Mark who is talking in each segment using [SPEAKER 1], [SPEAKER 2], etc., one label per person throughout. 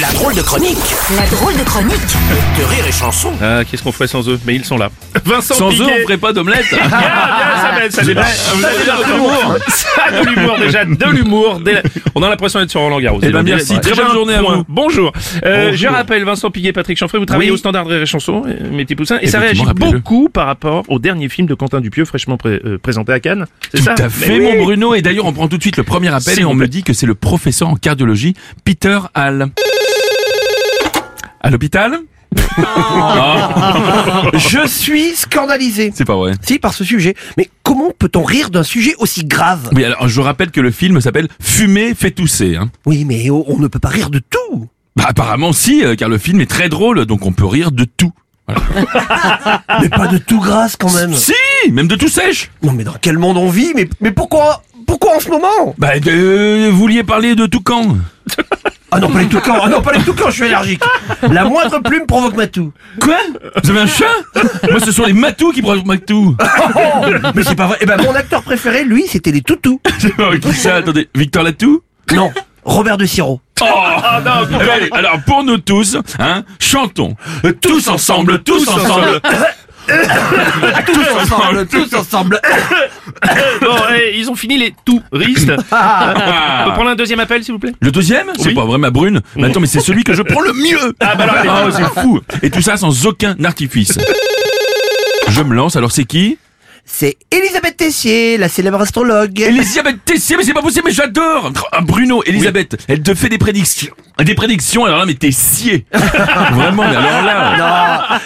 [SPEAKER 1] La drôle de chronique
[SPEAKER 2] La drôle de chronique
[SPEAKER 1] de Rire et Chanson.
[SPEAKER 3] Ah, qu'est-ce qu'on ferait sans eux Mais ils sont là. Vincent
[SPEAKER 4] Sans
[SPEAKER 3] Piquet.
[SPEAKER 4] eux, on ferait pas d'omelette.
[SPEAKER 3] Bien, bien, ça va être- ça démarre. Vous avez l'air de l'humour. Ça, de l'humour déjà, de l'humour. Dès la- On a l'impression d'être sur Roland Garros.
[SPEAKER 4] Eh ben,
[SPEAKER 3] Dès la-
[SPEAKER 4] merci.
[SPEAKER 3] dès-
[SPEAKER 4] Très
[SPEAKER 3] déjà
[SPEAKER 4] bonne
[SPEAKER 3] un
[SPEAKER 4] journée à
[SPEAKER 3] point.
[SPEAKER 4] vous.
[SPEAKER 3] Bonjour. Euh,
[SPEAKER 4] Bonjour.
[SPEAKER 3] Je rappelle, Vincent Piguet, Patrick Chanfray, vous travaillez
[SPEAKER 4] Oui.
[SPEAKER 3] au Standard Rire et Chanson, euh, mes petits poussins, et ça
[SPEAKER 4] Effectivement,
[SPEAKER 3] réagit
[SPEAKER 4] rappelez-le.
[SPEAKER 3] beaucoup par rapport au dernier film de Quentin Dupieux, fraîchement pré- euh, présenté à Cannes. C'est ça
[SPEAKER 4] Tout à fait,
[SPEAKER 3] Mais oui.
[SPEAKER 4] mon Bruno. Et d'ailleurs, on prend tout de suite le premier appel
[SPEAKER 3] S'il
[SPEAKER 4] et
[SPEAKER 3] vous
[SPEAKER 4] on
[SPEAKER 3] plaît.
[SPEAKER 4] me dit que c'est le professeur en cardiologie, Peter Hall. À l'hôpital
[SPEAKER 5] Je suis scandalisé.
[SPEAKER 4] C'est pas vrai.
[SPEAKER 5] Si, par ce sujet. Mais comment peut-on rire d'un sujet aussi grave
[SPEAKER 4] Oui, alors je rappelle que le film s'appelle Fumer fait tousser. hein.
[SPEAKER 5] Oui, mais oh, on on ne peut pas rire de tout.
[SPEAKER 4] Bah, apparemment, si, euh, car le film est très drôle, donc on peut rire de tout.
[SPEAKER 5] Mais pas de tout grâce quand même.
[SPEAKER 4] Si Même de tout sèche
[SPEAKER 5] Non, mais dans quel monde on vit Mais, mais pourquoi pourquoi en ce moment
[SPEAKER 4] Bah, euh, vous vouliez parler de toucan
[SPEAKER 5] Ah non, pas les toucans. Ah non, pas les toucans, je suis allergique. La moindre plume provoque ma toux.
[SPEAKER 4] Quoi Vous avez un chat Moi, ce sont les matous qui prennent matou.
[SPEAKER 5] Mais c'est pas vrai. Eh ben, mon acteur préféré, lui, c'était les toutous.
[SPEAKER 4] C'est pas qui ça Attendez, Victor Latou
[SPEAKER 5] Non, Robert de Siro.
[SPEAKER 4] Eh ben, allez, alors pour nous tous, hein, chantons Euh, tous ensemble, tous ensemble.
[SPEAKER 5] Ah, Tous ensemble, tous ensemble.
[SPEAKER 3] Bon, eh, ils ont fini les touristes. On peut
[SPEAKER 4] Ah.
[SPEAKER 3] prendre un deuxième appel, s'il vous plaît
[SPEAKER 4] Le deuxième, c'est
[SPEAKER 3] Oui.
[SPEAKER 4] pas vrai ma brune. Mais attends, mais c'est celui que je prends le mieux. Mm. Ah bah c'est fou. Et tout ça sans aucun artifice. Je me lance. Alors c'est qui
[SPEAKER 5] C'est Elisabeth Tessier, la célèbre astrologue.
[SPEAKER 4] Elisabeth Tessier, mais c'est pas possible, mais j'adore. Ah, Bruno, Elisabeth, elle te fait des prédictions. Des prédictions. Alors là, mais Tessier. Vraiment. Mais alors là.
[SPEAKER 5] Non,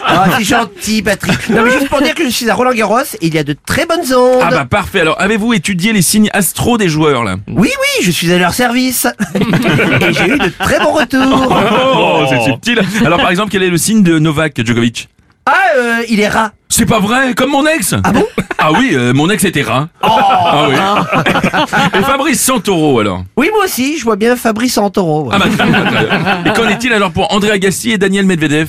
[SPEAKER 5] Ah, c'est gentil, Patrick. Non, mais juste pour dire que je suis à Roland Garros et il y a de très bonnes ondes.
[SPEAKER 4] Ah bah parfait. Alors avez-vous étudié les signes astro des joueurs là
[SPEAKER 5] Oui, oui, je suis à leur service. et j'ai eu de très bons retours.
[SPEAKER 4] Oh, c'est subtil. Alors par exemple, quel est le signe de Novak Djokovic
[SPEAKER 5] Ah, euh, il est rat.
[SPEAKER 4] C'est pas vrai, comme mon ex Ah
[SPEAKER 5] bon
[SPEAKER 4] Ah oui, euh, mon ex était rat. Ah oui. Et Fabrice Santoro alors
[SPEAKER 5] Oui, moi aussi, je vois bien Fabrice en taureau.
[SPEAKER 4] Ah bah très bien, très bien. Et qu'en est-il alors pour André Agassi et Daniel Medvedev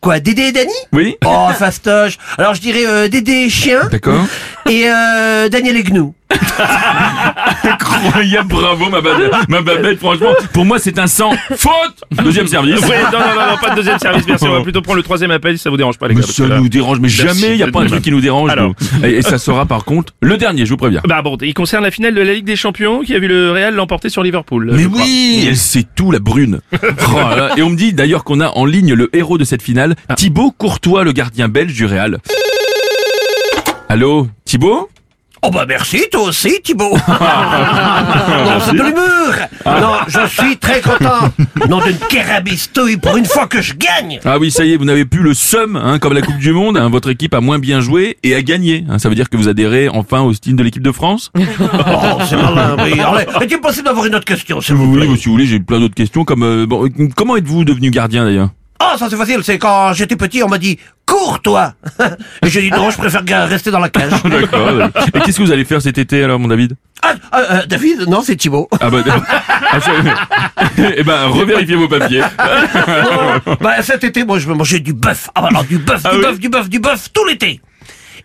[SPEAKER 5] Quoi, Dédé et Dany
[SPEAKER 4] Oui
[SPEAKER 5] Oh, fastoche. Alors, je dirais euh, Dédé chien
[SPEAKER 4] D'accord.
[SPEAKER 5] et euh, Daniel Egnou.
[SPEAKER 4] Incroyable, bravo ma babette, ma babette, franchement. Pour moi c'est un sang. Faute Deuxième service.
[SPEAKER 3] Oui, non, non, non, non, pas de deuxième service, merci. On va plutôt prendre le troisième appel, si ça vous dérange pas, les
[SPEAKER 4] Mais
[SPEAKER 3] gars. parce que
[SPEAKER 4] ça
[SPEAKER 3] là-
[SPEAKER 4] nous dérange, mais jamais il n'y a
[SPEAKER 3] de
[SPEAKER 4] pas un
[SPEAKER 3] nous.
[SPEAKER 4] truc qui nous dérange.
[SPEAKER 3] Alors.
[SPEAKER 4] nous. Et, et ça sera par contre le dernier, je vous préviens.
[SPEAKER 3] Bah bon, il concerne la finale de la Ligue des Champions qui a vu le Real l'emporter sur Liverpool.
[SPEAKER 4] Mais
[SPEAKER 3] je crois.
[SPEAKER 4] oui, elle sait tout la brune. Oh là là. Et on me dit d'ailleurs qu'on a en ligne le héros de cette finale,
[SPEAKER 5] Ah.
[SPEAKER 4] Thibaut Courtois, le gardien belge du Real. Allô, Thibaut
[SPEAKER 5] Oh bah merci, toi aussi, Thibaut.
[SPEAKER 4] Ah,
[SPEAKER 5] non, c'est de l'humour. Non, je suis très content. Non, d'une carabistouille pour une fois que je gagne.
[SPEAKER 4] Ah oui, ça y est, vous n'avez plus le seum, hein, comme à la Coupe du Monde. hein. votre équipe a moins bien joué et a gagné. hein. ça veut dire que vous adhérez enfin au style de l'équipe de France
[SPEAKER 5] Oh, c'est malin, oui. Allez, est-il possible d'avoir une autre question, s'il vous plaît
[SPEAKER 4] Oui, si vous voulez, j'ai plein d'autres questions. Comme euh, bon, euh, comment êtes-vous devenu gardien d'ailleurs
[SPEAKER 5] Ah, ça c'est facile, c'est quand j'étais petit, on m'a dit « Cours, toi !» Et j'ai dit « Non, je préfère ga- rester dans la cage.
[SPEAKER 4] D'accord. bah, Et qu'est-ce que vous allez faire cet été alors, mon David »
[SPEAKER 5] Ah, ah, euh, David, non, c'est Thibaut.
[SPEAKER 4] Ah bah, ah, ça- eh ben, revérifiez vos papiers.
[SPEAKER 5] bah, cet été, moi, je vais manger du bœuf. Ah, bah, alors, du bœuf, du
[SPEAKER 4] oui
[SPEAKER 5] bœuf, du bœuf, du bœuf, tout l'été.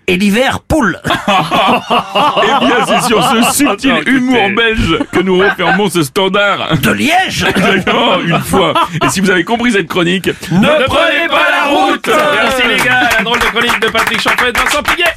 [SPEAKER 5] Et l'hiver, poule.
[SPEAKER 4] Eh bien, c'est sur ce subtil
[SPEAKER 3] Attends,
[SPEAKER 4] humour
[SPEAKER 3] écoutez.
[SPEAKER 4] belge que nous refermons ce standard.
[SPEAKER 5] De Liège
[SPEAKER 4] D'accord, une fois. Et si vous avez compris cette chronique, ne prenez pas la route
[SPEAKER 3] Merci les gars, la drôle de chronique de Patrick Champret et de Vincent Piguet